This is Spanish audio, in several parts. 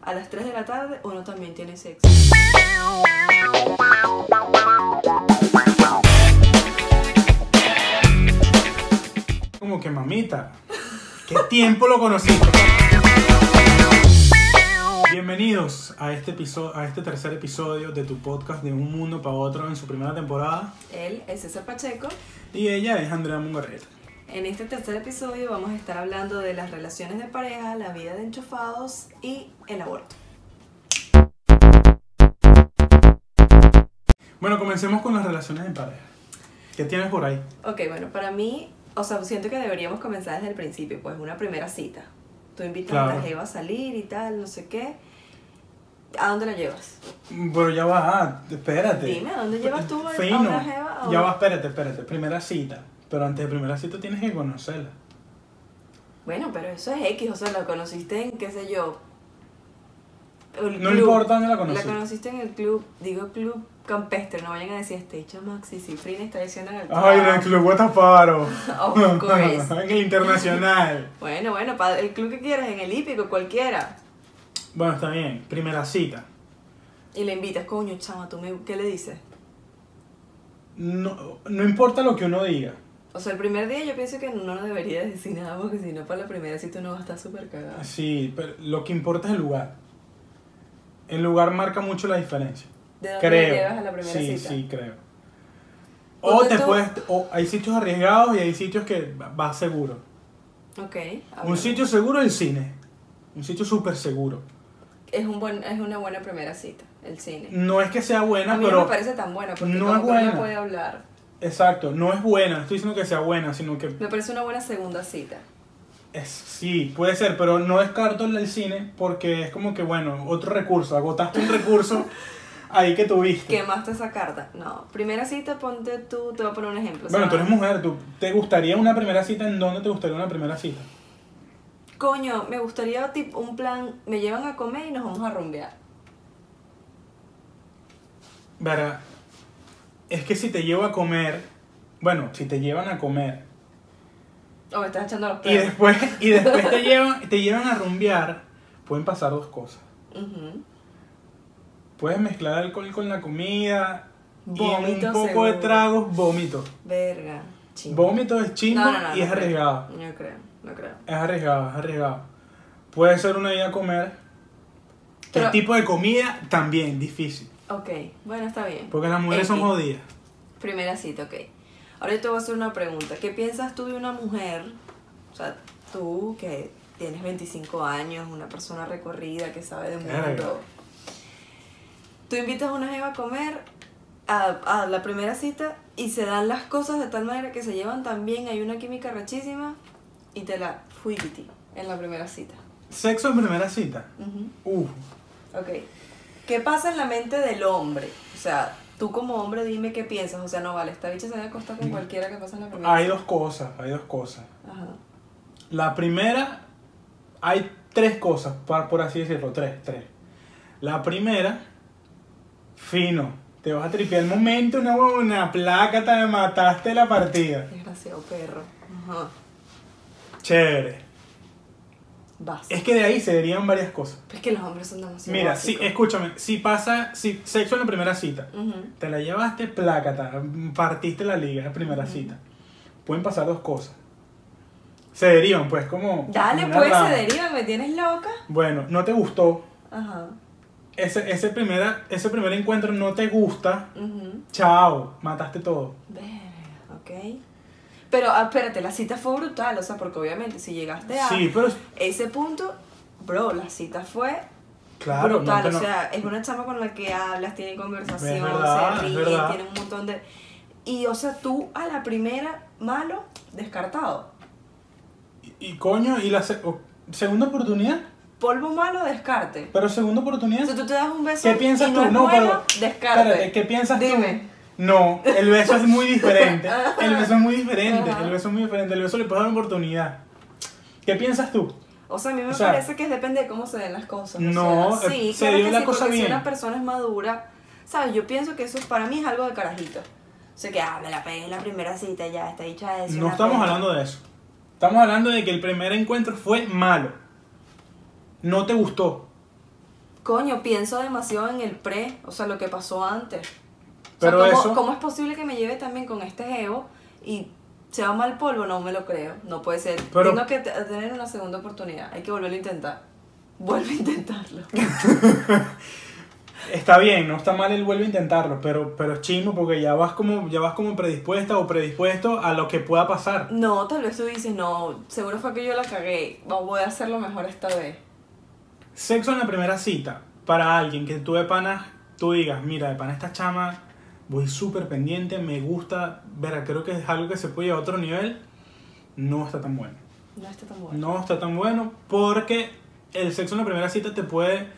a las 3 de la tarde uno también tiene sexo. Como que mamita, ¿qué tiempo lo conociste? Bienvenidos a este, episodio, a este tercer episodio de tu podcast de Un Mundo para Otro en su primera temporada. Él es César Pacheco. Y ella es Andrea Mungarreta. En este tercer episodio vamos a estar hablando de las relaciones de pareja, la vida de enchufados y el aborto. Bueno, comencemos con las relaciones en pareja. ¿Qué tienes por ahí? Ok, bueno, para mí, o sea, siento que deberíamos comenzar desde el principio, pues una primera cita. Tú invitas a la Claro. jeva a salir y tal, no sé qué. ¿A dónde la llevas? Pero ya va, ah, espérate. Dime, ¿a dónde llevas tú a- a Fino. una jeva? ¿A Ya un- va, espérate, espérate. Primera cita. Pero antes de primera cita tienes que conocerla. Bueno, pero eso es X, o sea, la conociste en, qué sé yo. el No club. importa dónde la La conociste. conociste en el club, digo club campestre, no vayan a decir este hecho Maxi Cifrina está diciendo en el Ay, en el club Guataparo. Of course. oh. en el internacional. Bueno, bueno, pa- el club que quieras, en el hípico, cualquiera. Bueno, está bien. Primera cita. Y le invitas, coño, chama, ¿tú me, qué le dices? No, no importa lo que uno diga. O sea, el primer día yo pienso que no nos debería decir nada, porque si no, para la primera cita uno va a estar súper cagado. Sí, pero lo que importa es el lugar. El lugar marca mucho la diferencia. ¿De dónde Creo. llevas a la primera sí, cita? sí, creo. O Ponte te tú- puedes, o hay sitios arriesgados y hay sitios que va- vas seguro. Ok. a Un ver. sitio seguro es el cine. Un sitio súper seguro. Es, un buen, es una buena primera cita, el cine. No es que sea buena, a mí pero. no me parece tan buena, porque no como es que uno buena. puede hablar. Exacto, no es buena. No estoy diciendo que sea buena, sino que. Me parece una buena segunda cita. es- sí, puede ser, pero no descarto el del cine porque es como que, bueno, otro recurso. Agotaste un recurso ahí que tuviste. Quemaste esa carta. No, primera cita, ponte tú, te voy a poner un ejemplo. o Bueno, sea, tú eres mujer, ¿tú, ¿te gustaría una primera cita? ¿En dónde te gustaría una primera cita? Coño, me gustaría tipo, un plan, me llevan a comer y nos vamos a rumbear. Verá, es que si te llevo a comer, bueno, si te llevan a comer O me estás echando los y perros. después, y después te, llevan, te llevan a rumbear, pueden pasar dos cosas. Ujú. Puedes mezclar alcohol con la comida y un Vómito poco de seguro. tragos, vómito. Verga. chimbo. Vómito es chingo No, no, no, y no es creo. arriesgado. No creo, no creo. Es arriesgado, es arriesgado. Puede ser una idea a comer. Pero- El tipo de comida también difícil. Ok, bueno, está bien. Porque las mujeres son X. jodidas. Primera cita, ok. Ahora yo te voy a hacer una pregunta. ¿Qué piensas tú de una mujer? O sea, tú que tienes 25 años, una persona recorrida que sabe de Verga. mundo. Tú invitas a una jeva a comer a, a la primera cita y se dan las cosas de tal manera que se llevan también. Hay una química rachísima y te la fuiquiti en la primera cita. Sexo en primera cita. Ujú. Uf. Ok. ¿Qué pasa en la mente del hombre? O sea, tú como hombre dime qué piensas. O sea, no vale, esta bicha se va a acostar con cualquiera que pasa en la primera Hay cita. dos cosas, hay dos cosas. Ajá. La primera, hay tres cosas, pa- por así decirlo, tres, tres. La primera, fino. Te vas a tripear el momento, una huevona, placa, te mataste la partida. Desgraciado perro. Ajá. Chévere. Vas. Es que de ahí se verían varias cosas. Es que los hombres son demasiado Mira, si, básicos. escúchame, si pasa, si sexo en la primera cita, Ujú. te la llevaste, plácata, partiste la liga en la primera cita. Pueden pasar dos cosas. Se derivan, pues, como. Dale, como una pues, rama. se deriva, me tienes loca. Bueno, no te gustó. Ajá. Ese, ese, primera, ese primer encuentro no te gusta. Ujú. Chao, mataste todo. Verga, ok. Pero, ah, espérate, la cita fue brutal, o sea, porque obviamente si llegaste a Sí, pero. ese punto, bro, la cita fue Claro, brutal. no te- O no- sea, es una chama con la que hablas, tiene conversación, Es verdad, se es ríe, verdad. tiene un montón de. Y, o sea, tú a la primera, malo, descartado. y, y coño, y la se- o- segunda oportunidad. Polvo malo, descarte. Pero segunda O sea, oportunidad. tú te das un beso. ¿Qué piensas y tú? es No, bueno, pero- Descarte. Espérate, ¿qué piensas tú? Dime. No, el beso es muy diferente. El beso es muy diferente. Ajá. El beso es muy diferente. El beso le puede dar una oportunidad. ¿Qué piensas tú? O sea, a mí me O sea, parece que depende de cómo se den las cosas. o no, sea, sí, eh, se claro dio que la sí, cosa porque bien. Si una persona es madura, ¿sabes? Yo pienso que eso para mí es algo de carajito. O sea, que, ah, me la pegué en la primera cita, ya, está dicha eso. No estamos hablando de eso. Estamos hablando de que el primer encuentro fue malo. No te gustó. coño, pienso demasiado en el pre, o sea, lo que pasó antes. O sea, Pero ¿cómo, eso- ¿Cómo es posible que me lleve también con este geo y sea mal polvo? No me lo creo, no puede ser. Pero- Tengo que t- tener una segunda oportunidad, hay que volverlo a intentar. Vuelvo a intentarlo. Está bien, no está mal el vuelvo a intentarlo, pero, pero es chingo porque ya vas como ya vas como predispuesta o predispuesto a lo que pueda pasar. No, tal vez tú dices, no, seguro fue que yo la cagué, no, voy a hacerlo mejor esta vez. Sexo en la primera cita para alguien que tú de panas tú digas, mira, de pana esta chama voy súper pendiente, me gusta, verá, creo que es algo que se puede llevar a otro nivel. No está tan bueno. No está tan bueno. No está tan bueno porque el sexo en la primera cita te puede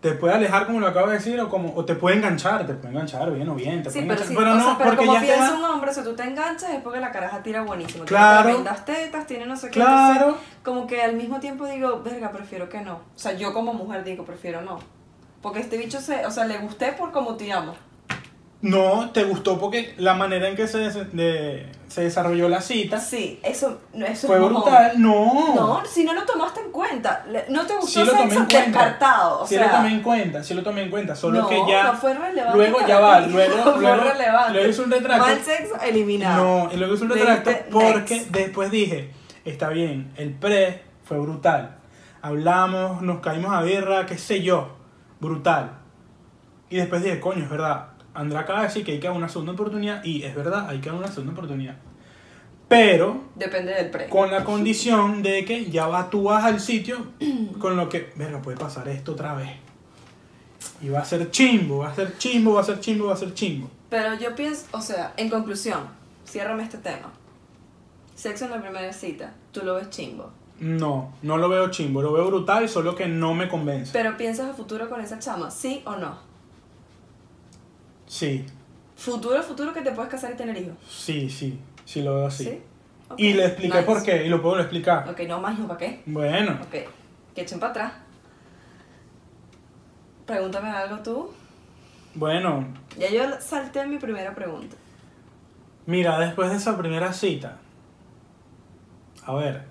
te puede alejar como lo acabo de decir o como o te puede enganchar, te puede enganchar bien o bien, te Sí, puede pero, enganchar, sí, pero o no, sea, pero porque como ya te piensa da- un hombre, si tú te enganchas es porque la caraja tira buenísimo. Claro. Tiene tremendas tetas, tiene no sé qué. Claro. entonces, como que al mismo tiempo digo, verga, prefiero que no. O sea, yo como mujer digo, prefiero no. Porque este bicho se, o sea, le gusté por como te amo. No, te gustó porque la manera en que se, des- de- se desarrolló la cita Sí, eso, no, eso fue es mojón. brutal. No, No, si no lo tomaste en cuenta. le- No te gustó Sí lo tomé sexo, en cuenta. descartado. O sí sea, lo tomé en cuenta, sí lo tomé en cuenta, solo no, que ya no fue relevante. luego para ya va, ti, luego no fue luego relevante. luego hice un retrato. Mal sexo, eliminado. No, y luego hice un Le retracto dijiste, porque "Next". después dije, está bien, el pre fue brutal. Hablamos, nos caímos a birra, qué sé yo, brutal. Y después dije, coño, es verdad, Andrá acaba de decir que hay que dar una segunda oportunidad y es verdad, hay que dar una segunda oportunidad. Pero Depende del pre. con la condición de que ya va, tú vas al sitio con lo que, verga, puede pasar esto otra vez. Y va a ser chimbo, va a ser chimbo, va a ser chimbo, va a ser chimbo. Pero yo pienso, o sea, en conclusión, ciérrame este tema. Sexo en la primera cita, tú lo ves chimbo. No, no lo veo chimbo, lo veo brutal, solo que no me convence. Pero piensas a futuro con esa chama, ¿sí o no? Sí, Futuro, futuro que te puedes casar y tener hijos. sí, sí, sí lo veo así. Ok, Y le expliqué nice. por qué, y lo puedo explicar. Ok, no más, no para qué. Bueno, Ok, que echen para atrás. Pregúntame algo tú. bueno, Ya yo salté mi primera pregunta. mira, después de esa primera cita, a ver,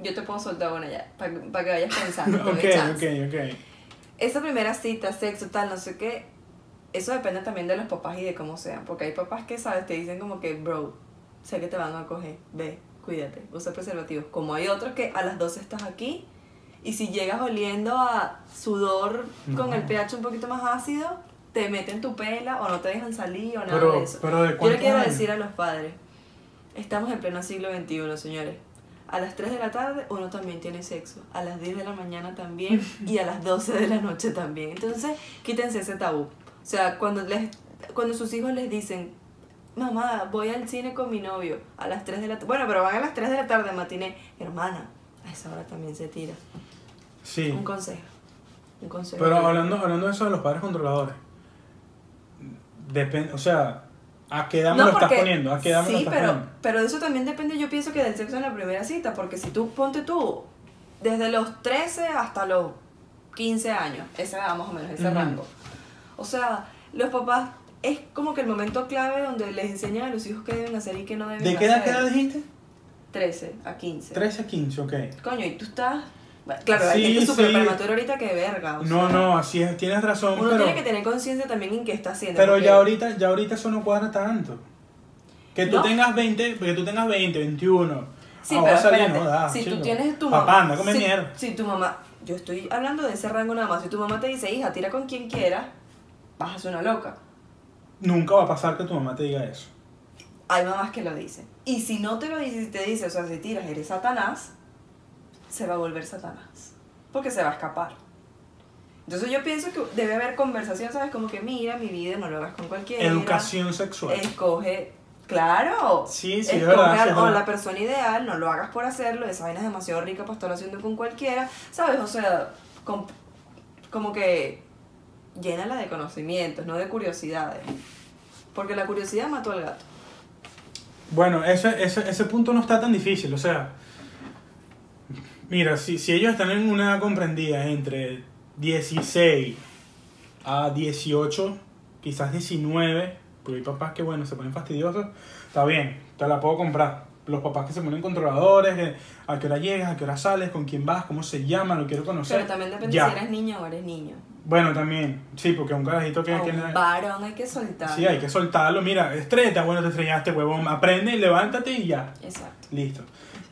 Yo te puedo soltar una ya, para que vayas pensando. ok, te doy chance. ok, ok. Esa primera cita, sexo, tal, no sé qué, eso depende también de los papás y de cómo sean. Porque hay papás que, ¿sabes? Te dicen como que, bro, sé que te van a coger, ve, cuídate, usa preservativos. Como hay otros que a las 12 estás aquí y si llegas oliendo a sudor con No. el pH un poquito más ácido, te meten tu pela o no te dejan salir o nada Pero, de eso. pero de Yo le cuántos quiero años? decir a los padres, estamos en pleno siglo XXI, señores. A las 3 de la tarde uno también tiene sexo, a las 10 de la mañana también y a las 12 de la noche también. Entonces, quítense ese tabú. O sea, cuando, les, cuando sus hijos les dicen, mamá, voy al cine con mi novio a las 3 de la tarde, bueno, pero van a las 3 de la tarde, matiné, hermana, a esa hora también se tira. Sí, Un consejo. Un consejo. pero hablando, hablando de eso de los padres controladores, depende, o sea, ¿a qué edad me lo estás porque- poniendo? ¿A qué edad me lo sí, estás pero, poniendo? pero de eso también depende, yo pienso que del sexo en la primera cita, porque si tú ponte tú, desde los 13 hasta los 15 años, esa edad más o menos, ese Ujú. rango. O sea, los papás es como que el momento clave donde les enseñan a los hijos qué deben hacer y qué no deben ¿De hacer. qué edad, qué edad dijiste? 13 a 15. 13 a 15, ok. Coño, y tú estás... Bueno, Claro, hay Sí, gente súper sí. prematuro ahorita que verga. o No, sea, no, así es, tienes razón, Uno pero... tiene que tener conciencia también en qué está haciendo. Pero porque- ya ahorita, ya ahorita eso no cuadra tanto. Que tú No. tengas 20, que tú tengas 20, 21. Sí, ah, pero vas a salir, espérate, no da, si tú chico. tienes tu mamá. Papá, anda a comer si, mierda. si tu mamá. Yo estoy hablando de ese rango nada más. Si tu mamá te dice, hija, tira con quien quieras, vas a ser una loca. Nunca va a pasar que tu mamá te diga eso. Hay mamás que lo dicen. Y si no te lo dice, si te dice, o sea, si tiras, eres Satanás, se va a volver Satanás. Porque se va a escapar. Entonces yo pienso que debe haber conversación, ¿sabes? Como que mira, mi vida no lo hagas con cualquiera. Educación sexual. Escoge, claro. Sí, sí, es escoge verdad, sí, al- es o verdad. la persona ideal, no lo hagas por hacerlo, esa vaina es demasiado rica para estarlo haciendo con cualquiera, ¿sabes? O sea, com- como que llénala de conocimientos, no de curiosidades. Porque la curiosidad mató al gato. Bueno, ese, ese, ese punto no está tan difícil, o sea. Mira, si, si ellos están en una edad comprendida entre 16 a 18, quizás 19, porque hay papás que, bueno, se ponen fastidiosos, está bien, te la puedo comprar. los papás que se ponen controladores, eh, a qué hora llegas, a qué hora sales, con quién vas, cómo se llama, lo quiero conocer. Pero también depende Ya. si eres niña o eres niño. Bueno, también, sí, porque un carajito que... A que- un varón hay que soltar. sí, hay que soltarlo, mira, estrella, bueno, te estrellaste, huevón, aprende y levántate y ya, Exacto. listo.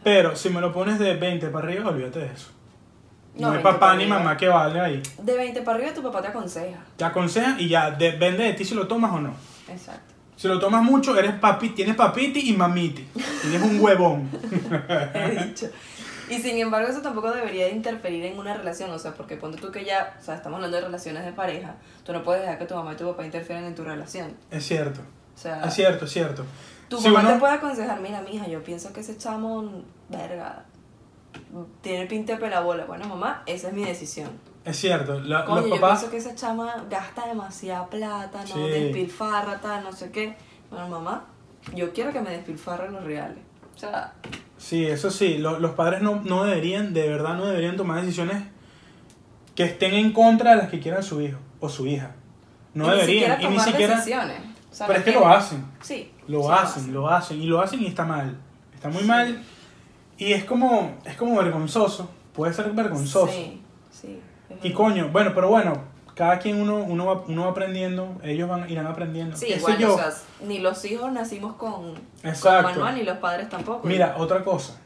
Pero si me lo pones de 20 para arriba, olvídate de eso. No, No, hay 20 papá para ni arriba. mamá que vale ahí. De 20 para arriba tu papá te aconseja. Te aconsejan y ya depende de ti si lo tomas o no. Exacto. Si lo tomas mucho, eres papi, tienes papiti y mamiti. Tienes un huevón. He dicho. Y sin embargo, eso tampoco debería de interferir en una relación, o sea, porque ponte tú que ya, o sea, estamos hablando de relaciones de pareja, tú no puedes dejar que tu mamá y tu papá interfieran en tu relación. Es cierto, O sea, es cierto, es cierto. tu Si mamá uno- te puede aconsejar, mira, mija, yo pienso que ese chamo, verga, tiene pinta de pelabola. Bueno, mamá, esa es mi decisión. Es cierto, la- Coño, Ah, los yo papás... pienso que esa chama gasta demasiada plata, no Sí. despilfarra, tal, no sé qué. Bueno, mamá, yo quiero que me despilfarren los reales. O sea, Sí, eso sí, lo- los padres no, no deberían, de verdad no deberían tomar decisiones que estén en contra de las que quieran su hijo o su hija. No y Ni deberían, y siquiera ni tomar siquiera... decisiones. O sea, no Pero es que lo tienen- hacen. Sí. Lo sí hacen, lo hacen, y lo hacen y está mal. Está muy Sí. mal. Y es como, es como vergonzoso. Puede ser vergonzoso. Sí, sí. es Y verdad. coño, bueno, pero bueno, cada quien uno, uno, va, uno va aprendiendo, ellos van, irán aprendiendo. Sí, ¿Qué sé igual, yo? o sea, ni los hijos nacimos con, con Exacto. manual, ni los padres tampoco. Mira, otra cosa.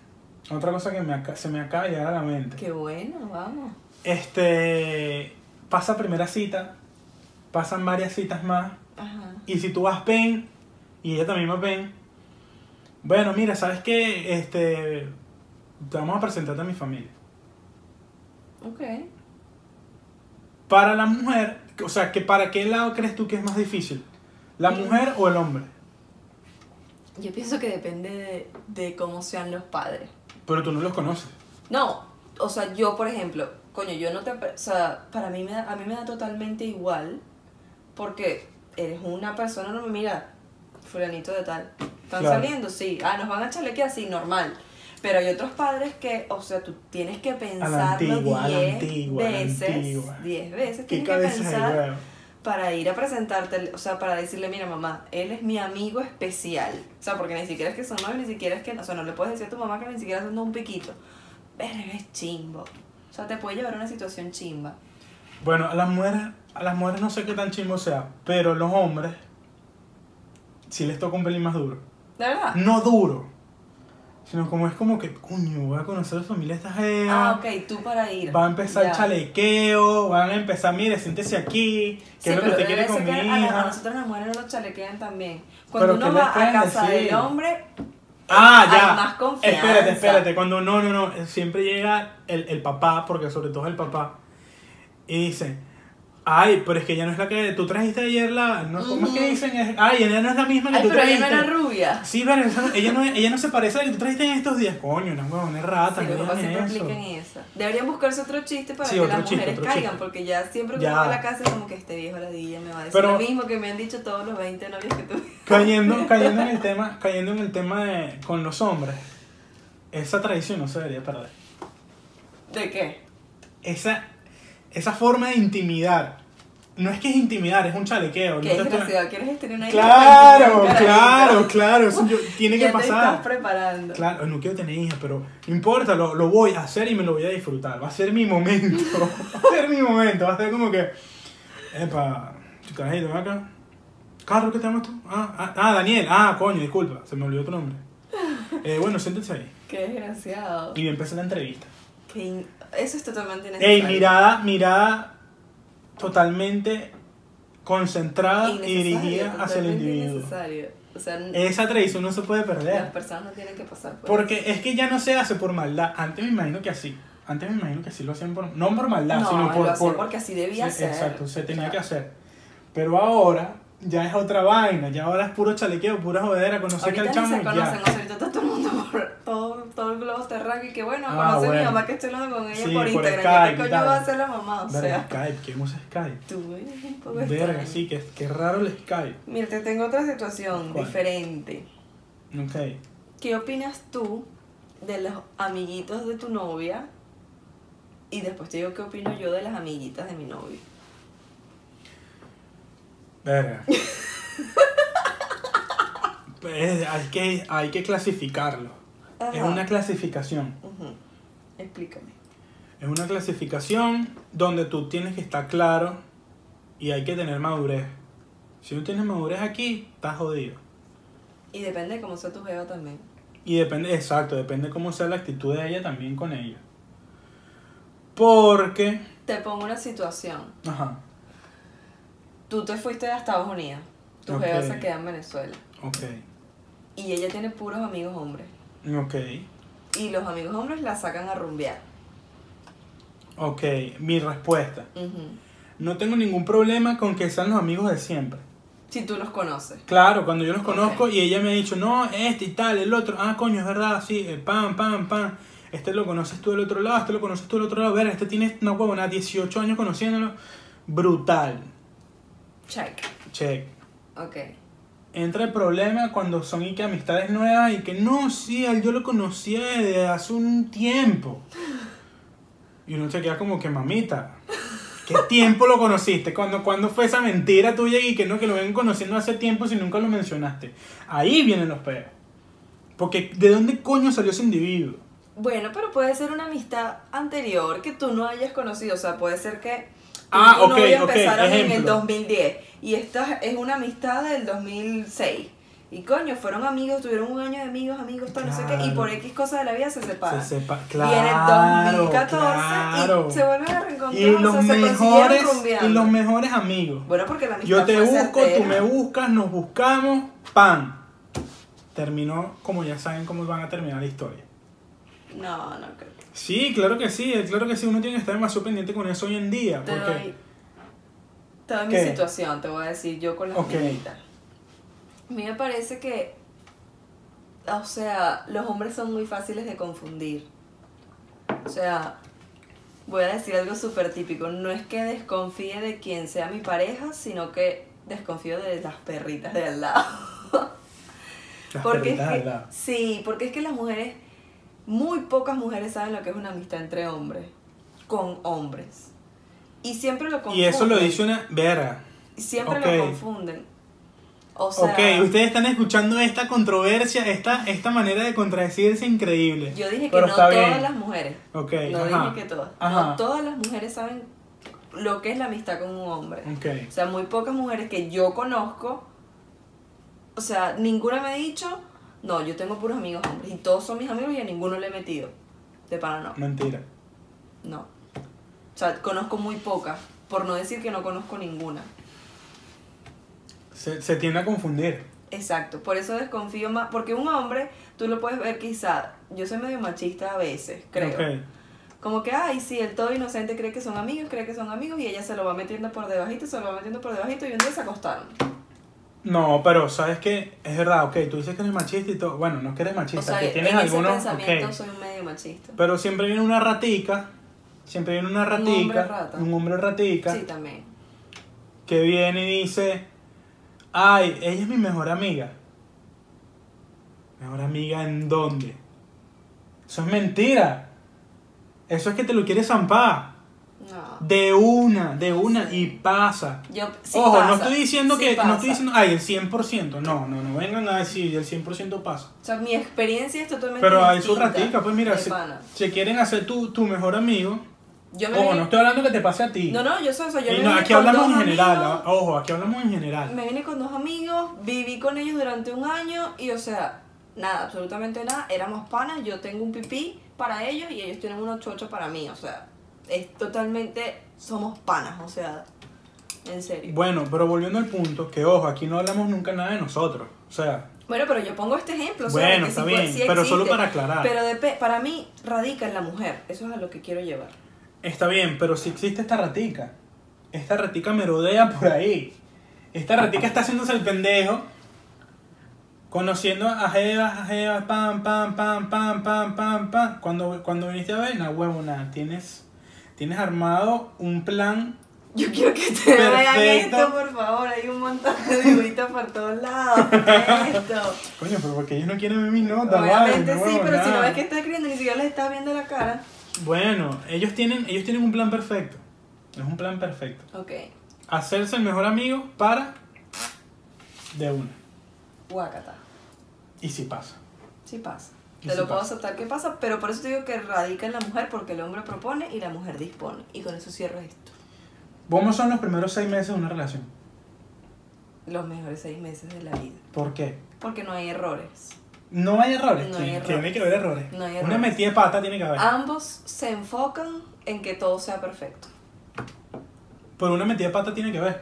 Otra cosa que me aca- se me acaba de llegar a la mente. Qué bueno, vamos. Este, pasa primera cita, pasan varias citas más, Ajá. y si tú vas pen, y ella también va pen, bueno, mira, ¿sabes qué? Este, te vamos a presentarte a mi familia. Ok. Para la mujer, o sea, que ¿para qué lado crees tú que es más difícil? ¿La mujer o el hombre? Yo pienso que depende de, de cómo sean los padres. Pero tú no los conoces. No, o sea, yo, por ejemplo, coño, yo no te... O sea, para mí me da, a mí me da totalmente igual porque eres una persona, no mira, fulanito de tal. ¿Están Claro. saliendo? Sí. Ah, nos van a chalequear, así, normal. Pero hay otros padres que, o sea, tú tienes que pensarlo antigua, a la 10 antigua, a la veces. antigua. 10 veces ¿Qué tienes que cabeza de pensar huevo? para ir a presentarte, o sea, para decirle, mira mamá, él es mi amigo especial. O sea, porque ni siquiera es que son novios, ni siquiera es que, o sea, no le puedes decir a tu mamá que ni siquiera son un piquito. Verga, es chimbo. O sea, te puede llevar a una situación chimba. Bueno, a las mujeres, a las mujeres no sé qué tan chingo sea, pero los hombres sí les toca un pelín más duro. ¿De verdad? No duro, sino como es como que, coño, voy a conocer a la familia de esta jeva. Ah, ok, tú para ir. Mm. Va a empezar Ya. el chalequeo, van a empezar, mire, siéntese aquí, Sí, que es lo pero que usted quiere debe con ser mi que a, la- a hija. nosotros las mujeres nos chalequean también. Cuando Pero ¿qué uno le va a pueden casa decir? del hombre, Ah, hay ya. más confianza. Espérate, espérate. Cuando no, no, no. Siempre llega el, el papá, porque sobre todo es el papá. Y dice, ay, pero es que ella no es la que tú trajiste ayer la. No, ¿Cómo es que Ujú. dicen? Es- Ay, ella no es la misma que ay, tú pero ella trajiste. no era rubia. Sí, pero esa no- ella no, es- ella no se parece a la que tú trajiste en estos días. Coño, una huevona es rata, Sí, no los papás siempre digan Ah, eso. aplican eso. Deberían buscarse otro chiste para Sí, que otro las chiste, mujeres otro caigan, chiste. porque ya siempre que Ya. uno va a la casa es como que este viejo ladilla me va a decir Pero- lo mismo que me han dicho todos los 20 novios que tuve. Cayendo, cayendo en el tema, cayendo en el tema de, con los hombres. Esa tradición no se debería perder. ¿De qué? esa, esa forma de intimidar. No es que es intimidar, es un chalequeo. no Qué te estoy- desgraciado, ¿quieres tener una hija? Claro, Ay, claro, carajito. claro. eso yo- tiene que Ya Te estás pasar. preparando. Claro, no quiero tener hija, pero no importa, lo, lo voy a hacer y me lo voy a disfrutar. Va a ser mi momento. Va a ser mi momento. Va a ser como que. Epa, carajito, ven acá. Carlos, ¿qué te llamas tú? Ah, ah, ah, Daniel. Ah, coño, disculpa, se me olvidó tu nombre. Eh, bueno, siéntense ahí. Qué desgraciado. Y empieza la entrevista. Qué in- Eso es totalmente innecesario. Ey, mirada, mirada totalmente concentrada y Innecesario, dirigida hacia el totalmente individuo. innecesario. O sea, n- Esa tradición no se puede las perder. personas no tienen que pasar por Porque es que ya no se hace por maldad. Antes me imagino que así. Antes me imagino que así lo hacían por... No por maldad, no, sino por... lo hacían por- porque así debía se- ser. Exacto, se tenía Claro. que hacer. Pero ahora ya es otra vaina. Ya ahora es puro chalequeo, pura jodera. Conocer que Ahorita al ni chamo se y conocen, o ya. sea, ahorita está todo el mundo por todo, todo el globo terráqueo y que bueno, Ah, conoce a mi bueno. mamá que estoy hablando con ella Sí, por por Instagram, Skype ¿qué y coño tal. va a hacer la mamá? O Verga, sea, Skype, ¿qué usa Skype? tú eres un poco Verga, extraño. sí, qué, qué raro el Skype. Mira, te tengo otra situación ¿Cuál? diferente. Ok. ¿Qué opinas tú de los amiguitos de tu novia? Y después te digo qué opino yo de las amiguitas de mi novio. Verga. Pues, hay, que, hay que clasificarlo. Es una clasificación. Ujú. Explícame. Es una clasificación donde tú tienes que estar claro y hay que tener madurez. Si no tienes madurez aquí, estás jodido. Y depende de cómo sea tu jeva también. Y depende, exacto, depende cómo sea la actitud de ella también con ella. Porque, Te pongo una situación. ajá, Tú te fuiste a Estados Unidos. Tu Ok. jeva se queda en Venezuela. ok, Y ella tiene puros amigos hombres. ok, Y los amigos hombres la sacan a rumbear. ok, mi respuesta. Ujú. No tengo ningún problema con que sean los amigos de siempre. Si tú los conoces. Claro, cuando yo los Ok. conozco y ella me ha dicho, no, este y tal, el otro, ah, coño, es verdad, sí, eh, pam, pam, pam. Este lo conoces tú del otro lado, este lo conoces tú del otro lado. Ver, este tiene una huevona, 18 años conociéndolo. Brutal. Check. Check. Ok. Entra el problema cuando son y que amistades nuevas y que no, sí, a él yo lo conocía desde hace un tiempo. Y uno se queda como que mamita. ¿Qué tiempo lo conociste? ¿Cuándo, ¿Cuándo fue esa mentira tuya y que no, que lo ven conociendo hace tiempo si nunca lo mencionaste? Ahí vienen los peos. Porque ¿de dónde coño salió ese individuo? Bueno, pero puede ser una amistad anterior que tú no hayas conocido. O sea, puede ser que tú y Ah, tu ok, novio ok, empezaron en el ejemplo. 2010 y esta es una amistad del 2006. Y coño, fueron amigos, tuvieron un año de amigos, amigos, tal, no sé qué, y Claro. por X cosas de la vida se separan. Se sepa- y en el 2014 claro. y se vuelven a reencontrar, Y o sea, los se mejores, consiguieron rumbeando. y los mejores amigos. Bueno, porque la amistad Yo te fue busco, tú certera. me buscas, nos buscamos, ¡pam! Terminó como ya saben cómo van a terminar la historia. No, no creo. Sí, claro que sí, eh, claro que sí, uno tiene que estar demasiado pendiente con eso hoy en día. Te doy, Porque, te doy mi ¿Qué? situación, te voy a decir yo con las Ok. amiguitas. A mí me parece que, o sea, los hombres son muy fáciles de confundir. O sea, voy a decir algo súper típico. No es que desconfíe de quien sea mi pareja, sino que desconfío de las perritas de al lado. las Porque es perritas que- al lado. sí, porque es que las mujeres, muy pocas mujeres saben lo que es una amistad entre hombres, con hombres. Y siempre lo Y confunden. eso lo dice una verga. Siempre Ok. lo confunden. O sea, ok, ustedes están escuchando esta controversia, esta, esta manera de contradecirse increíble. yo dije que Pero no está todas bien. las mujeres. Ok, No ajá. dije que todas. No Ajá. todas las mujeres saben lo que es la amistad con un hombre. Ok. O sea, muy pocas mujeres que yo conozco, o sea, ninguna me ha dicho, no, yo tengo puros amigos hombres y todos son mis amigos y a ninguno le he metido. De para no. Mentira. No. O sea, conozco muy pocas, por no decir que no conozco ninguna. Se, se tiende a confundir. Exacto, por eso desconfío más, porque un hombre, tú lo puedes ver quizá, yo soy medio machista a veces, creo. Ok. Como que, ay, sí, el todo inocente cree que son amigos, cree que son amigos y ella se lo va metiendo por debajito, se lo va metiendo por debajito y un día se acostaron. No, pero sabes que es verdad, ok, tú dices que eres machista y todo. Bueno, no es que eres machista, O sea, que en tienes ese algunos. pensamiento ok. soy un medio machista. Pero siempre viene una ratica. Siempre viene una ratica. hombre rata. un hombre ratica Sí, también. que viene y dice: Ay, ella es mi mejor amiga. ¿Mejor amiga en dónde? Eso es mentira. Eso es que te lo quieres zampar. No. De una, de una, Sí. y pasa. Yo, sí Ojo, no pasa, estoy diciendo sí que. No pasa. estoy diciendo. Ay, el 100%. No, no, no vengan a decir el 100% pasa. O sea, mi experiencia es totalmente Pero hay su distinta ratica, pues mira, de si, pana. si quieren hacer tu, tu mejor amigo. Yo me Ojo, vi- no estoy hablando que te pase a ti. No, no, yo soy eso. Yo Y me no, vine aquí con hablamos en dos general. amigos, ah, Ojo, aquí hablamos en general. Me vine con dos amigos, viví con ellos durante un año y, o sea, nada, absolutamente nada. Éramos panas, yo tengo un pipí para ellos y ellos tienen unos chochos para mí. O sea, es totalmente. Somos panas, o sea, en serio. Bueno, pero volviendo al punto, que ojo, aquí no hablamos nunca nada de nosotros. O sea, Bueno, pero yo pongo este ejemplo. o sea, bueno, que sí está fue- bien, sí pero existe. solo para aclarar. Pero de pe- para mí radica en la mujer, eso es a lo que quiero llevar. Está bien, pero si existe esta ratica, esta ratica merodea por ahí. Esta ratica está haciéndose el pendejo, conociendo a Jebas, a Jebas, pam, pam, pam, pam, pam, pam, pam. Cuando, cuando viniste a ver, na huevona, tienes, tienes armado un plan. Yo quiero que te vean Perfecto. esto, por favor. Hay un montón de dibujitos por todos lados. ¿qué es esto? Coño, pero porque ellos no quieren ver mis notas, Obviamente vale, no sí, pero si no huevonada. ves que está escribiendo, ni siquiera le estás viendo la cara. Bueno, ellos tienen, ellos tienen un plan perfecto. Es un plan perfecto. Ok, Hacerse el mejor amigo para de una. guácata. Y si pasa. Sí pasa. Te Eso lo puedo pasa. aceptar que pasa, pero por eso te digo que radica en la mujer porque el hombre propone y la mujer dispone. Y con eso cierro esto. ¿Cómo son los primeros seis meses de una relación? Los mejores seis meses de la vida. ¿Por qué? Porque no hay errores. No hay errores. No Ti- hay errores. Tiene que haber errores. No hay Una errores. Ah. metida de pata tiene que haber. Ambos se enfocan en que todo sea perfecto. Pero una metida de pata tiene que haber.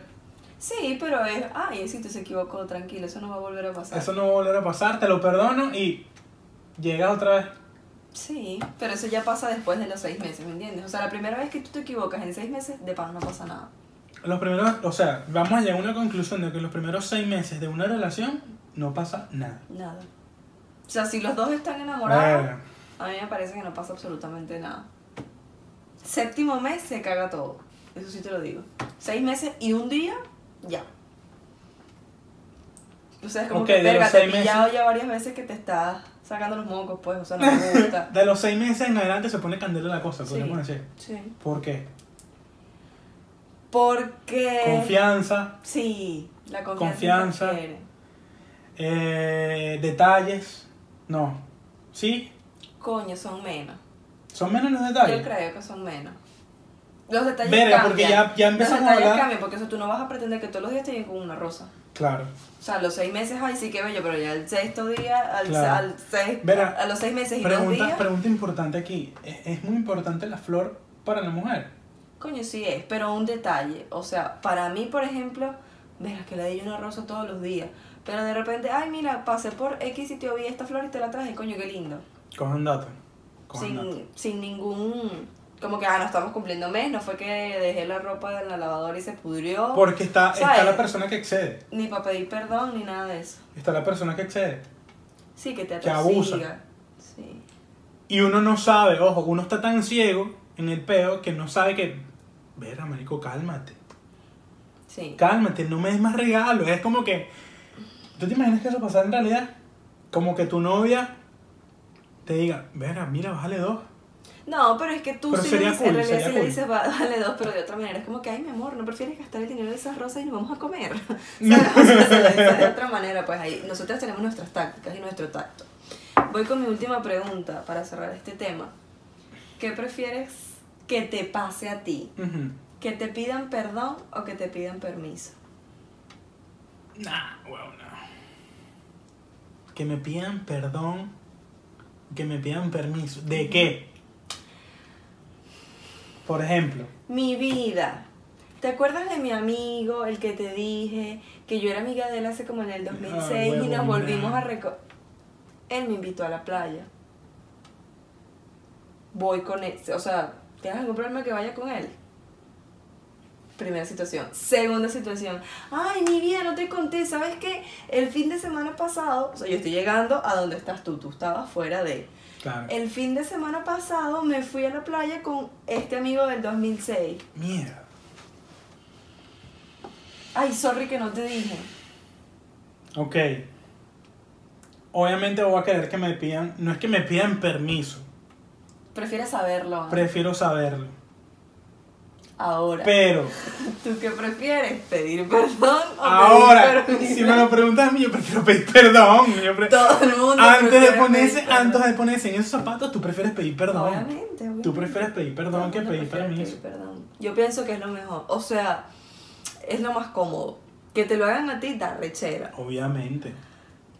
Sí, pero es, ay, si tú se equivocó, tranquilo, eso no va a volver a pasar. Eso no va a volver a pasar, te lo perdono y llegas otra vez. Sí, pero eso ya pasa después de los seis meses, ¿me entiendes? O sea, la primera vez que tú te equivocas en seis meses, de pan no pasa nada. Los primeros, o sea, vamos a llegar a una conclusión de que los primeros seis meses de una relación no pasa nada. Nada. O sea, si los dos están enamorados, Verga. a mí me parece que no pasa absolutamente nada. Séptimo mes se caga todo. Eso sí te lo digo. Seis meses y un día, ya. O sea, es como Ok, que, de los verga, te he seis meses- pillado ya varias veces que te estás sacando los mocos, pues, o sea, no me gusta. De los seis meses en adelante se pone candela la cosa, Sí. podríamos decir. Sí. ¿Por qué? Porque... Confianza, Sí, la Confianza. confianza. interfiere. eh, detalles. No. ¿Sí? Coño, son menos. ¿Son menos los Yo detalles? creo que son menos. Los detalles Verga, cambian. porque ya- ya empezamos Los a detalles hablar- cambian, porque eso tú no vas a pretender que todos los días te lleguen con una rosa. Claro. O sea, a los seis meses, ay, sí que bello, pero ya al sexto día, al, Claro. al seis- Verá, a los seis meses y dos Pregunta, días, pregunta importante aquí. ¿Es, es muy importante la flor para la mujer? coño, sí es, pero un detalle. O sea, para mí, por ejemplo, verás que le di una rosa todos los días, pero de repente, ay, mira, pasé por X sitio, vi esta flor y te la traje, coño, qué lindo. Cojan dato. Cojan dato. sin, sin ningún. Como que, ah, no estamos cumpliendo mes, no fue que dejé la ropa en la lavadora y se pudrió. Porque está, está ¿Sabes? la persona que excede. Ni para pedir perdón, ni nada de eso. Está la persona que excede. Sí, que te Que atosiga. abusa. Sí. Y uno no sabe, ojo, uno está tan ciego en el peo que no sabe que. Verá, marico, cálmate. Sí. Cálmate, no me des más regalos. Es como que. ¿Tú te imaginas que eso pasara en realidad? Como que tu novia te diga, verá, mira, bájale dos. No, pero es que tú Pero sí sería le dices, cool, en realidad sería sí le cool. dices, va- vale dos, pero de otra manera. Es como que, ay, mi amor, no prefieres gastar el dinero de esas rosas y nos vamos a comer. ¿Sabes? O sea, se lo dices de otra manera, pues ahí. Nosotras tenemos nuestras tácticas y nuestro tacto. Voy con mi última pregunta para cerrar este tema. ¿Qué prefieres que te pase a ti? Ujú. ¿Que te pidan perdón o que te pidan permiso? Nah, weón, no. Que me pidan perdón. Que me pidan permiso. ¿De qué? Por ejemplo. Mi vida. ¿Te acuerdas de mi amigo, el que te dije que yo era amiga de él hace como en el 2006 Ah, y huevo, nos volvimos nah. a reco... Él me invitó a la playa. Voy con él. O sea, ¿tienes algún problema que vaya con él? Primera situación. Segunda situación. Ay, mi vida, no te conté. ¿Sabes qué? El fin de semana pasado, o sea, yo estoy llegando a donde estás tú. Tú estabas fuera de Claro. El fin de semana pasado me fui a la playa con este amigo del 2006. Mierda. Ay, sorry que no te dije. Ok. Obviamente voy a querer que me pidan. No es que me pidan permiso. Prefieres saberlo ¿ah? Prefiero saberlo. ahora. Pero, ¿Tú qué prefieres? ¿Pedir perdón o pedir ahora, permiso? si me lo preguntas a mí, yo prefiero pedir perdón. Yo pre- Todo el mundo Antes de prefiere ponerse, pedir perdón. antes de ponerse en esos zapatos, tú prefieres pedir perdón. Obviamente, obviamente. Tú prefieres pedir Todo perdón el que mundo pedir prefiere permiso. pedir perdón. Yo pienso que es lo mejor. O sea, es lo más cómodo. Que te lo hagan a ti da rechera. Obviamente.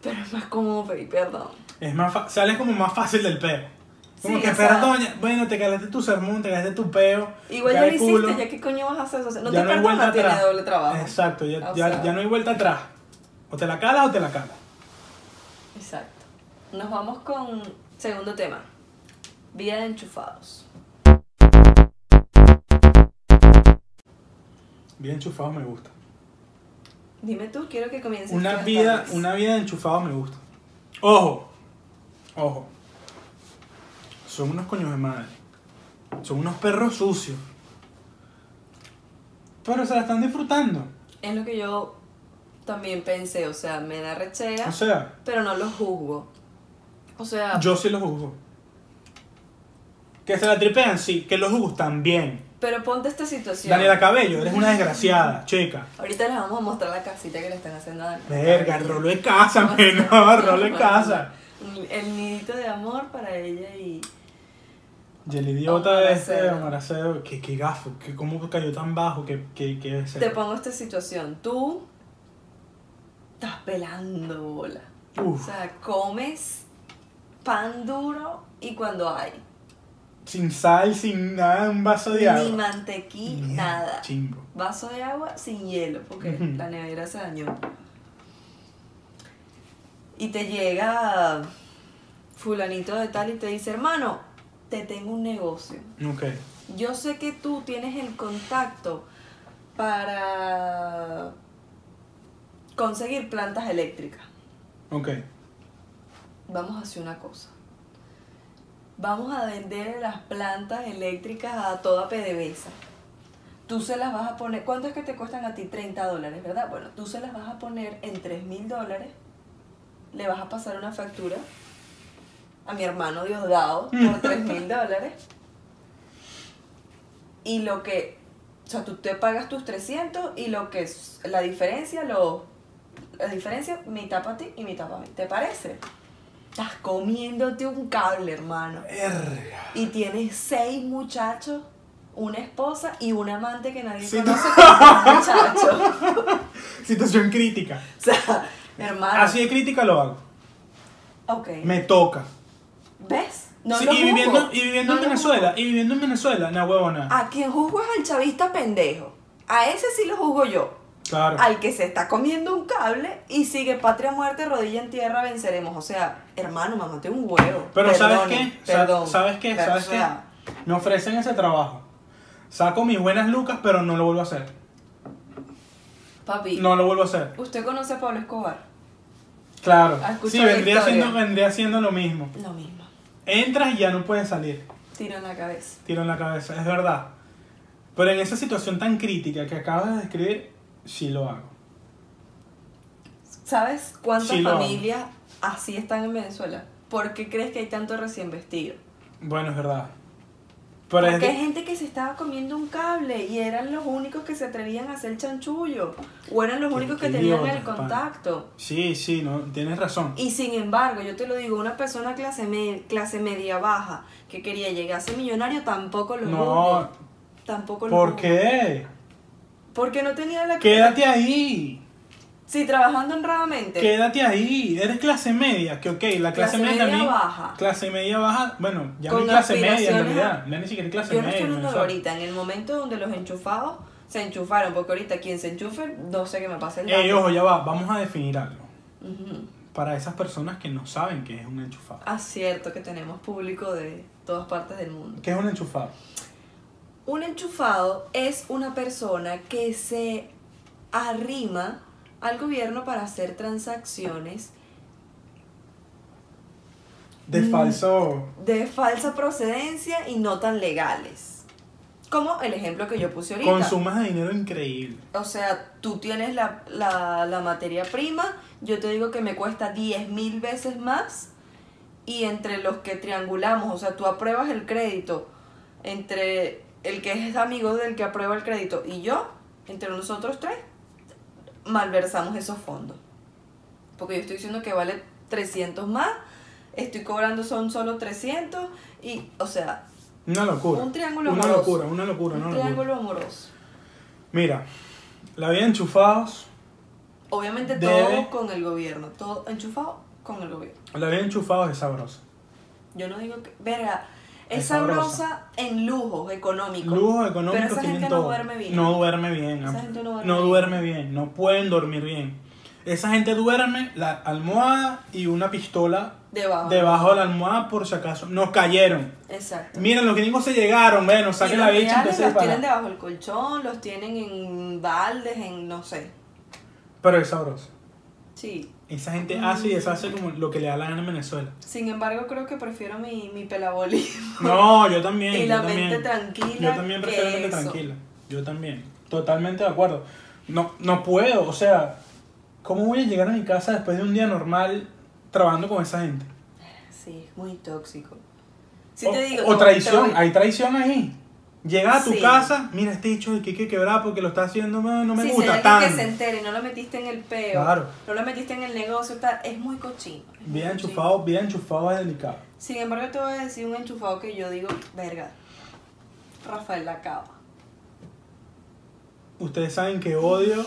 Pero es más cómodo pedir perdón. Es más fa- sales como más fácil del peo. Como Sí, que o sea- perdón, ya- bueno, te calaste tu sermón, te calaste tu peo. Igual ya ya lo de culo, hiciste, ya qué coño vas a hacer. O sea, no ya te hay perdonas, vuelta tiene atrás. doble trabajo. Exacto, ya, O ya- sea- ya no hay vuelta atrás. O te la calas o te la calas. Exacto. Nos vamos con segundo tema. Vida de enchufados. Vida enchufado me gusta. Dime tú, quiero que comiences. Una tú esta vida, vez. una vida de enchufado me gusta. Ojo, ojo. Son unos coños de madre. Son unos perros sucios. Pero se la están disfrutando. Es lo que yo también pensé, o sea, me da rechera, O sea, pero no los juzgo. O sea, Yo sí los juzgo. Que se la tripean, sí. Que los jugos también. pero ponte esta situación. Daniela Cabello, eres una desgraciada, chica. Ahorita les vamos a mostrar la casita que le están haciendo a Daniela. Verga, Cabello. rolo de casa, menor, rolo de casa. El nidito de amor para ella y. Y el idiota de este Amaracero. Amaracero, que, que gafo, que cómo cayó tan bajo, que, que, que ese- Te pongo esta situación. Tú. Estás pelando bola. O Uf, sea, comes pan duro y cuando hay. sin sal, sin nada, un vaso de Ni agua. mantequilla, Mierda, nada. Chimbo. Vaso de agua sin hielo, porque Ujú. la nevera se dañó. Y te llega fulanito de tal y te dice, hermano, te tengo un negocio. Ok. Yo sé que tú tienes el contacto para conseguir plantas eléctricas. Ok. Vamos a hacer una cosa. Vamos a vender las plantas eléctricas a toda PDVSA. Tú se las vas a poner. ¿Cuánto es que te cuestan a ti? 30 dólares, ¿verdad? Bueno, tú se las vas a poner en 3 mil dólares. Le vas a pasar una factura a mi hermano Diosdado por 3 mil dólares. Y lo que. O sea, tú te pagas tus 300 y lo que es la diferencia, lo, la diferencia, mitad para ti y mitad para mí. ¿Te parece? Estás comiéndote un cable, hermano. Erga. Y tienes seis muchachos, una esposa y un amante que nadie Sí, conoce. como seis muchachos. Situación crítica. O sea, hermano. Así de crítica lo hago. Ok. Me toca. ¿Ves? No Sí, lo y juzgo. viviendo, y viviendo No Ah, en lo Venezuela, y viviendo en Venezuela, na huevona. juzgo. A quien juzgo es al chavista pendejo. A ese sí lo juzgo yo. claro. Al que se está comiendo un cable y sigue patria, muerte, rodilla en tierra, venceremos. O sea, hermano, mamate un huevo. Pero ¿sabes Perdone, qué? Sa- Perdón. ¿Sabes qué? Pero, ¿Sabes o sea, qué? Me ofrecen ese trabajo. Saco mis buenas lucas, pero no lo vuelvo a hacer. Papi, No lo vuelvo a hacer. ¿usted conoce a Pablo Escobar? Claro. ¿Has escuchado Sí, Ah, la vendría historia? siendo, vendría siendo lo mismo. Lo mismo. Entras y ya no puedes salir. Tiro en la cabeza. Tiro en la cabeza, es verdad. Pero en esa situación tan crítica que acabas de describir, sí lo hago. ¿Sabes cuántas Sí, lo hago. familias así están en Venezuela? ¿Por qué crees que hay tanto recién vestido? Bueno, es verdad. Pero es Porque hay de- gente que se estaba comiendo un cable y eran los únicos que se atrevían a hacer chanchullo. O eran los Qué- únicos qué que tenían idiotas, el pana. contacto. Sí, sí, no, tienes razón. Y sin embargo, yo te lo digo, una persona clase, me- clase media baja que quería llegar a ser millonario tampoco lo No, juzgo. Tampoco lo ¿por juzgo. qué? Porque no tenía la... Quédate ahí. Sí, trabajando honradamente. Quédate ahí, eres clase media, que ok, la Clase clase, media, media también- baja. Clase media baja, bueno, ya no Con hay clase media en aspiraciones a- realidad, ya ni siquiera hay clase Yo no media. estoy hablando de ¿sabes? ahorita, en el momento donde los enchufados se enchufaron, porque ahorita quien se enchufe, no sé qué me pasa el dato. Ey, ojo, ya va, vamos a definir algo. Ujú. Para esas personas que no saben qué es un enchufado. Ah, cierto que tenemos público de todas partes del mundo. ¿Qué es un enchufado? Un enchufado es una persona que se arrima al gobierno para hacer transacciones De Mm. falso. de falsa procedencia y no tan legales. Como el ejemplo que yo puse ahorita. Con sumas de dinero increíble. O sea, tú tienes la, la- la materia prima, yo te digo que me cuesta 10 mil veces más y entre los que triangulamos, o sea, tú apruebas el crédito, entre el que es amigo del que aprueba el crédito y yo, entre nosotros tres, malversamos esos fondos. Porque yo estoy diciendo que vale 300 más, estoy cobrando son solo 300 y, o sea, Una locura. Un triángulo Una amoroso. locura, una locura, una un locura. triángulo amoroso. Mira, la vida de enchufados, Obviamente Debe- todo con el gobierno, todo enchufado con el gobierno. la vida de enchufados es sabrosa. Yo no digo que, verga, es Es sabrosa. sabrosa en lujos económicos. Lujos económicos Pero esa tienen gente no todo. duerme bien. No duerme bien. Esa ap- gente no duerme no bien. duerme bien, no pueden dormir bien. Esa gente duerme la almohada y una pistola Debajo. debajo de la almohada por si acaso. Nos cayeron. Exacto. Miren, los gringos se llegaron. Bueno, Y saquen los la bicha reales entonces los para- tienen debajo del colchón, los tienen en baldes, en no sé. Pero es sabroso. Sí. Esa gente hace y deshace como lo que le da la gana en Venezuela. Sin embargo, creo que prefiero mi, mi pelabolismo No, yo también. y yo la también. mente tranquila. Yo también prefiero que la mente eso. tranquila. Yo también. Totalmente de acuerdo. No, no puedo, o sea, ¿cómo voy a llegar a mi casa después de un día normal trabajando con esa gente? Sí, es muy tóxico. Sí o, te digo, o no, traición, te voy- hay traición ahí. Llegas a tu Sí. casa, mira este dicho de que hay que quebrar porque lo está haciendo, "Ah, no, no me Sí, si hay gusta alguien que tanto. se entere y no lo metiste en el peo, Claro. no lo metiste en el negocio, tal, es muy cochino. es Bien enchufado, bien enchufado es delicado. Sin embargo, te voy a decir un enchufado que yo digo, verga, Rafael Lacaba. Ustedes saben que odio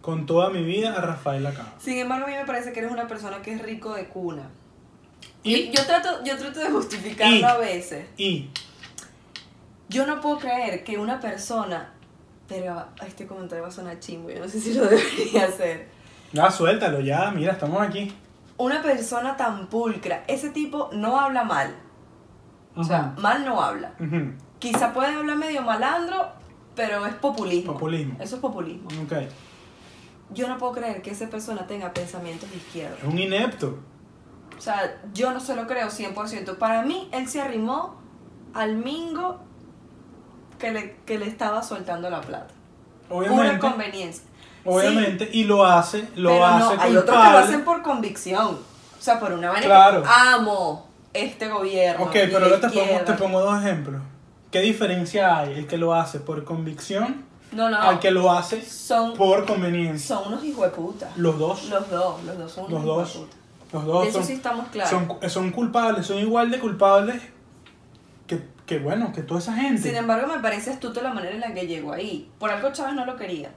con toda mi vida a Rafael Lacaba. Sin embargo, a mí me parece que eres una persona que es rico de cuna. Y, Yo trato, yo trato de justificarlo Y- a veces. y Yo no puedo creer que una persona. Pero este comentario va a sonar chimbo, yo no sé si lo debería hacer. ya suéltalo, ya, mira, estamos aquí. Una persona tan pulcra, ese tipo no habla mal. O sea, mal no habla. Ujú, Quizá puede hablar medio malandro, pero es populismo. Populismo. Eso es populismo. Ok. Es Yo no puedo creer que esa persona tenga pensamientos de izquierda. un inepto. O sea, yo no se lo creo 100%. Para mí, él se arrimó al mingo que le, que le estaba soltando la plata. Pura Obviamente. conveniencia. Obviamente. Y lo hace, lo Pero no, hace hay otros que lo culpable. hacen por convicción. O sea, por una vaina Claro. que amo este gobierno. Ok, y pero la ahora te pongo, izquierda. te pongo dos ejemplos. ¿Qué diferencia hay? El que lo hace por convicción No, no. al que lo hace son, por conveniencia. son unos hijueputas. Los dos. Los dos, los dos son unos Los dos. hijueputas. Los dos De eso son, sí estamos claros. son, son culpables, son igual de culpables que, que, bueno, que toda esa gente. Sin em- embargo, me parece astuto la manera en la que llegó ahí. Por algo Chávez no lo quería.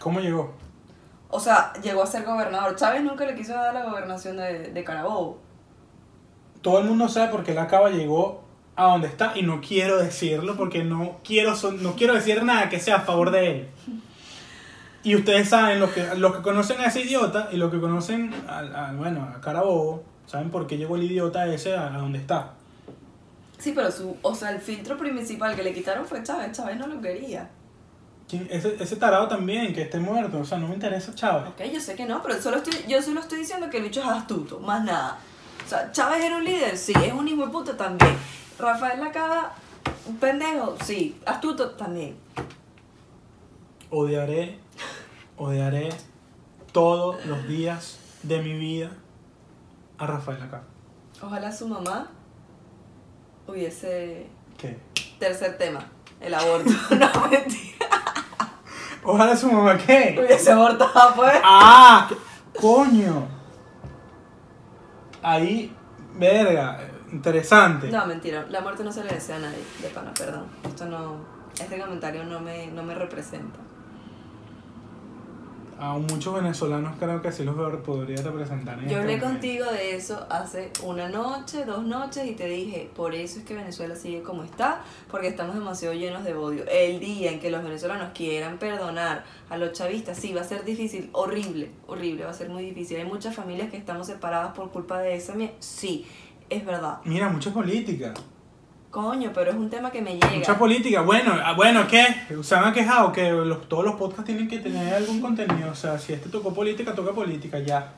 ¿Cómo llegó? O sea, llegó a ser gobernador. Chávez nunca le quiso dar la gobernación de, de Carabobo. Todo el mundo sabe por qué la cava llegó a donde está y no quiero decirlo porque no quiero, son- no quiero decir nada que sea a favor de él. Y ustedes saben, los que, los que conocen a ese idiota y los que conocen a, a- bueno, a Carabobo, saben por qué llegó el idiota ese a, a donde está. Sí, pero su, o sea, el filtro principal que le quitaron fue Chávez. Chávez no lo quería. ¿Quién- Ese, ese tarado también, que esté muerto, o sea, no me interesa Chávez. Ok, yo sé que no, pero solo estoy, yo solo estoy diciendo que el bicho es astuto, más nada. O sea, Chávez era un líder, sí, es un hijo de puta también. Rafael Lacaba, un pendejo, sí, astuto también. Odiaré, odiaré todos los días de mi vida a Rafael acá. Ojalá su mamá hubiese. ¿Qué? Tercer tema, el aborto. no, mentira. Ojalá su mamá, ¿qué? Hubiese abortado, pues. ¡Ah! qué- ¡Coño! Ahí, verga, interesante. No, mentira, la muerte no se le desea a nadie, de pana, perdón. Esto no. Este comentario no me, no me representa. A muchos venezolanos creo que sí los veo- podría representar. en Yo hablé este momento. contigo de eso hace una noche, dos noches y te dije, por eso es que Venezuela sigue como está, porque estamos demasiado llenos de odio. El día en que los venezolanos quieran perdonar a los chavistas, sí, va a ser difícil, horrible, horrible, va a ser muy difícil. Hay muchas familias que estamos separadas por culpa de esa mie- Sí, es verdad. Mira, mucha política. Coño, pero es un tema que me llega. Mucha política. Bueno, ah, bueno, ¿qué? Se han quejado que los- todos los podcasts tienen que tener algún contenido. O sea, si este tocó política, toca política, ya.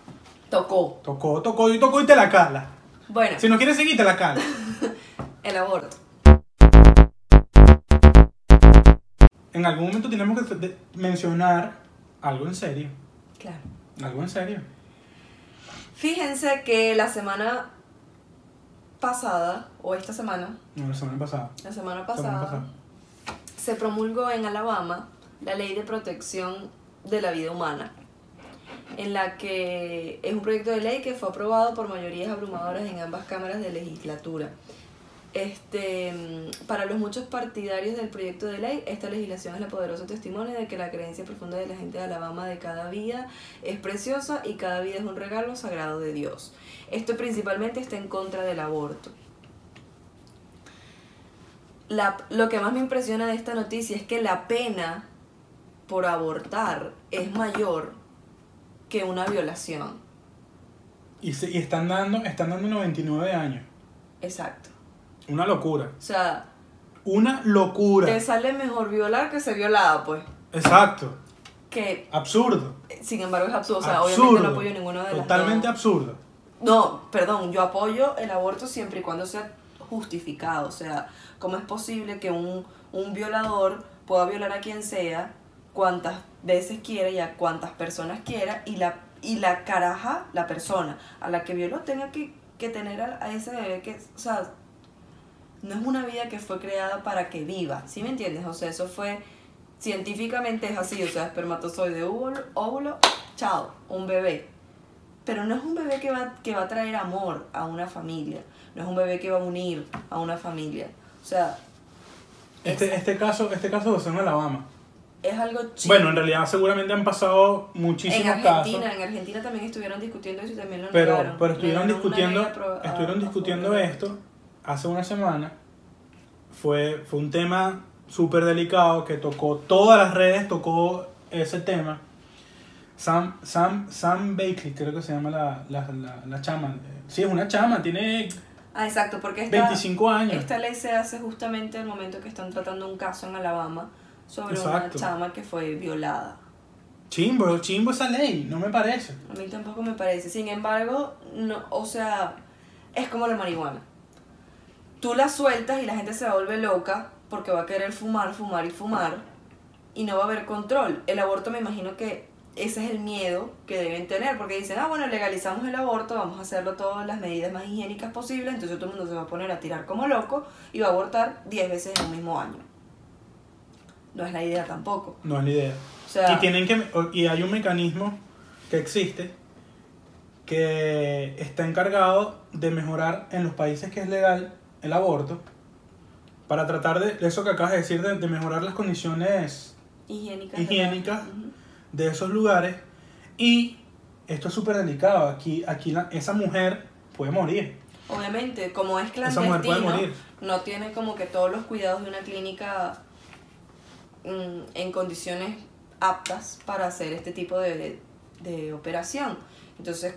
Tocó. Tocó, tocó y tocó y te la cala. Bueno, Si no quieres seguir, te la cala. el aborto. En algún momento tenemos que de- mencionar algo en serio. Claro. Algo en serio. Fíjense que la semana pasada, o esta semana, No, la semana pasada. la semana La semana pasada, se promulgó en Alabama la ley de protección de la vida humana, en la que es un proyecto de ley que fue aprobado por mayorías abrumadoras en ambas cámaras de legislatura. Este, mm, para los muchos partidarios del proyecto de ley, esta legislación es la poderosa testimonio de que la creencia profunda de la gente de Alabama de cada vida es preciosa y cada vida es un regalo sagrado de Dios. Esto principalmente está en contra del aborto. La- lo que más me impresiona de esta noticia es que la pena por abortar es mayor que una violación. Y, se- y están dando están dando 99 años. Exacto. Una locura. O sea, Una locura. te sale mejor violar que ser violada, pues. Exacto. Que, Absurdo. eh, sin embargo, es absurdo. O sea, obviamente absurdo. no apoyo ninguna de las Totalmente dos. absurdo. No, perdón, yo apoyo el aborto siempre y cuando sea justificado. O sea, ¿cómo es posible que un, un violador pueda violar a quien sea, cuantas veces quiera y a cuantas personas quiera, y la, y la caraja, la persona a la que violó, tenga que, que tener a, a ese bebé que, o sea, no es una vida que fue creada para que viva, ¿sí me entiendes? O sea, eso fue, científicamente es así, o sea, espermatozoide, óvulo, óvulo chao, un bebé. pero no es un bebé que va, que va a traer amor a una familia, no es un bebé que va a unir a una familia. O sea, Este, este caso, este caso pasó en Alabama. es algo chido. Bueno, en realidad seguramente han pasado muchísimos en Argentina, casos. en Argentina también estuvieron discutiendo eso y también lo Pero, negaron. pero Le dieron estuvieron una discutiendo, ley a pro- ah, a- estuvieron a discutiendo favor. esto hace una semana. Fue, fue un tema súper delicado que tocó todas las redes, tocó ese tema. Sam, Sam, Sam Bakley, creo que se llama la, la, la, la chama. Sí, es una chama, tiene Ah, exacto, porque esta, 25 años. esta ley se hace justamente al momento que están tratando un caso en Alabama sobre una Exacto. chama que fue violada. Chimbo, chimbo esa ley, no me parece. A mí tampoco me parece. Sin embargo, no, o sea, es como la marihuana. Tú la sueltas y la gente se vuelve loca porque va a querer fumar, fumar y fumar y no va a haber control. El aborto me imagino que ese es el miedo que deben tener porque dicen, ah, bueno, legalizamos el aborto, vamos a hacerlo todas las medidas más higiénicas posibles, entonces todo el mundo se va a poner a tirar como loco y va a abortar 10 veces en un mismo año. No es la idea tampoco. No es la idea. O sea, Y tienen que y hay un mecanismo que existe que está encargado de mejorar en los países que es legal el aborto para tratar de eso que acabas de decir de, de mejorar las condiciones higiénica. higiénicas Ujú. de esos lugares y esto es súper delicado aquí aquí la- esa mujer puede morir Obviamente, como es esa mujer puede clandestino, morir no tiene como que todos los cuidados de una clínica mm, en condiciones aptas para hacer este tipo de, de operación. Entonces,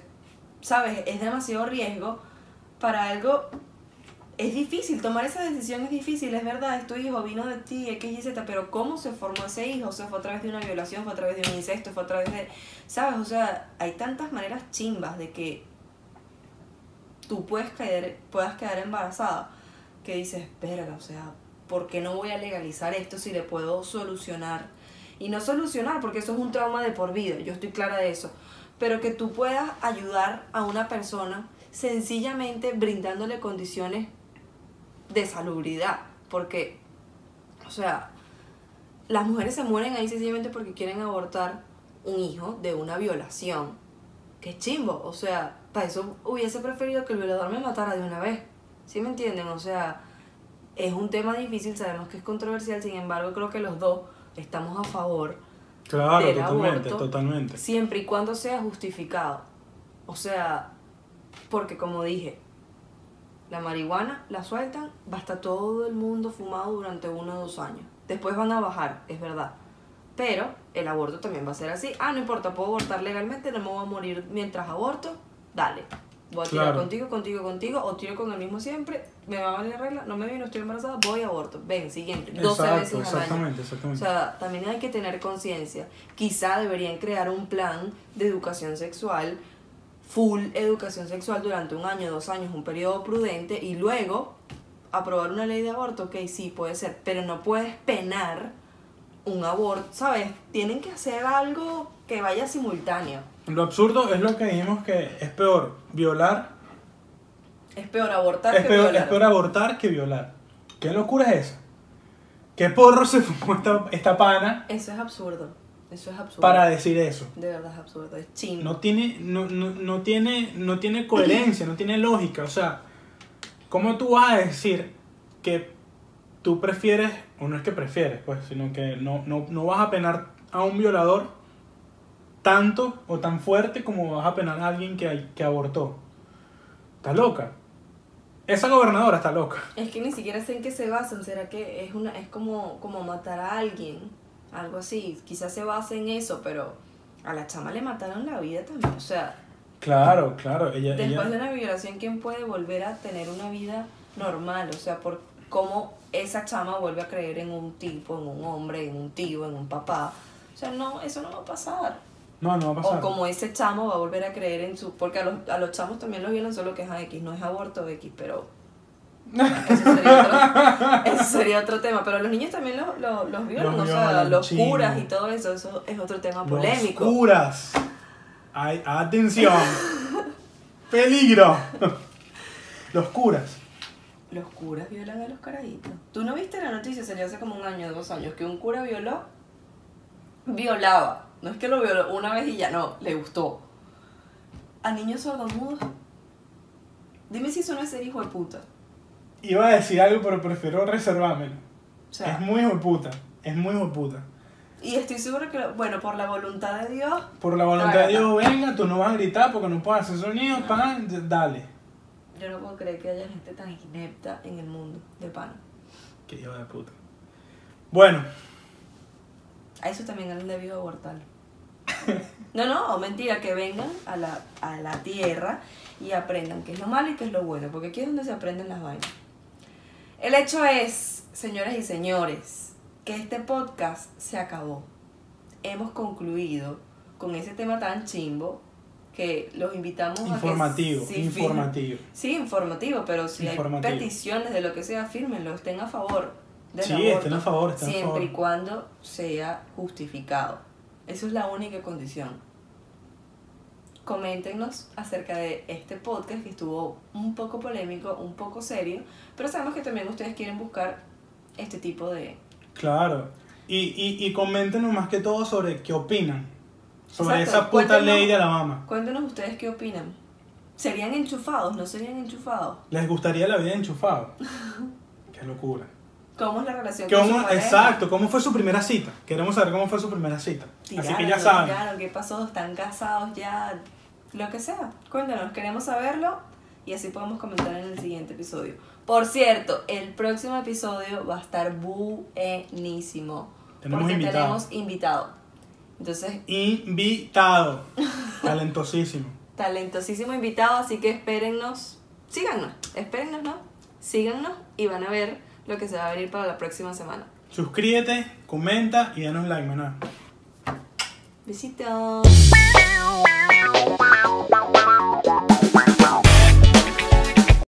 ¿sabes? Es demasiado riesgo para algo... Es difícil, tomar esa decisión es difícil, es verdad, es tu hijo, vino de ti, X y Z, pero ¿cómo se formó ese hijo? Se fue a través de una violación, fue a través de un incesto, fue a través de... ¿Sabes? O sea, hay tantas maneras chimbas de que tú puedes caer, puedas quedar embarazada, que dices, verga, o sea, ¿por qué no voy a legalizar esto si le puedo solucionar? Y no solucionar, porque eso es un trauma de por vida, yo estoy clara de eso, pero que tú puedas ayudar a una persona sencillamente brindándole condiciones de salubridad, porque, o sea, las mujeres se mueren ahí sencillamente porque quieren abortar un hijo de una violación. Qué chimbo, o sea, para eso hubiese preferido que el violador me matara de una vez. ¿Sí me entienden? O sea, es un tema difícil, sabemos que es controversial, sin embargo, creo que los dos estamos a favor claro del totalmente aborto. totalmente siempre y cuando sea justificado. O sea, porque como dije, la marihuana la sueltan, va a estar todo el mundo fumado durante uno o dos años. Después van a bajar, es verdad. Pero el aborto también va a ser así. Ah, no importa, puedo abortar legalmente, no me voy a morir mientras aborto. Dale. Voy a tirar Claro. contigo, contigo, contigo, o tiro con el mismo siempre, me va a valer la regla, no me vino, estoy embarazada, voy a aborto. Ven, siguiente, 12 veces al exacto año. exactamente O exactamente sea, también hay que tener conciencia. Quizá deberían crear un plan de educación sexual, full educación sexual durante un año, dos años, un periodo prudente y luego aprobar una ley de aborto. Ok, sí, puede ser, pero no puedes penar un aborto, ¿sabes? Tienen que hacer algo que vaya simultáneo. lo absurdo es lo que dijimos que es peor violar Es peor abortar es que peor, violar. es peor abortar que violar. ¿Qué locura es esa? ¿Qué porro se fumó esta, esta pana Eso es absurdo. Eso es absurdo. para decir eso? De verdad es absurdo. Es chino. No tiene, no, no, no tiene, no tiene coherencia, no tiene lógica. O sea, ¿cómo tú vas a decir que tú prefieres, o no es que prefieres, pues, sino que no, no, no vas a penar a un violador tanto o tan fuerte como vas a penar a alguien que, que abortó? Está loca. Esa gobernadora está loca. Es que ni siquiera sé en qué se basan, será que es una es como, como matar a alguien, algo así, quizás se base en eso, pero a la chama le mataron la vida también, o sea, Claro, claro. Ella, después de ella, una violación, ¿quién puede volver a tener una vida normal? O sea, por cómo esa chama vuelve a creer en un tipo, en un hombre, en un tío, en un papá, o sea, no, eso no va a pasar. No, no va a pasar. O como ese chamo va a volver a creer en su... Porque a los, a los chamos también los violan, solo que es a X, no es aborto X, pero... Eso sería, otro, eso sería otro tema. Pero los niños también los, los, los violan, Los o sea, violan, los chimbo. curas y todo eso, eso es otro tema Los polémico. curas. Ay, atención. Peligro. Los curas. Los curas violan a los carajitos. ¿Tú no viste la noticia? Salió hace como un año, dos años, que un cura violó, violaba. No es que lo violó una vez y ya no, le gustó. a niños sordomudos. Dime si eso no es ser hijo de puta. Iba a decir algo, pero prefiero reservármelo. O sea, es muy hijo de puta. Es muy hijo de puta. y estoy segura que, lo- bueno, por la voluntad de Dios, Por la voluntad de Claro. Dios, venga, tú no vas a gritar porque no puedes hacer sonido, pan, d- dale. yo no puedo creer que haya gente tan inepta en el mundo de pan. Qué hijo de puta. Bueno, A eso también han debido abortar. No, no, oh, mentira, que vengan a la, a la tierra y aprendan qué es lo malo y qué es lo bueno, porque aquí es donde se aprenden las vainas. El hecho es, señoras y señores, que este podcast se acabó. Hemos concluido con ese tema tan chimbo que los invitamos informativo, a que... sí, firmen. informativo. Sí, informativo, pero si Informativo. hay peticiones de lo que sea, fírmenlo, estén a favor del Sí, aborto, estén a favor, estén a siempre favor. y cuando sea justificado. Esa es la única condición. Coméntenos acerca de este podcast que estuvo un poco polémico, un poco serio, pero sabemos que también ustedes quieren buscar este tipo de... Claro. Y, y, y coméntenos más que todo sobre qué opinan. Sobre Exacto, esa puta cuéntenos. ley de Alabama. Cuéntenos ustedes qué opinan. ¿Serían enchufados? ¿No serían enchufados? ¿Les gustaría la vida enchufado? qué locura. ¿Cómo es la relación ¿Qué con su cómo- pareja? exacto, ¿cómo fue su primera cita? Queremos saber cómo fue su primera cita. Así que ya Tiraron, saben. tiraron, ¿Qué pasó? ¿Están casados ya? Lo que sea. Cuéntanos, queremos saberlo y así podemos comentar en el siguiente episodio. Por cierto, el próximo episodio va a estar buenísimo. Tenemos porque invitado. tenemos invitado. Entonces, Invitado. Talentosísimo. talentosísimo invitado, así que espérennos. Síganos, espérennos, ¿no? Síganos y van a ver lo que se va a venir para la próxima semana. Suscríbete, comenta y danos like, maná. Besitos.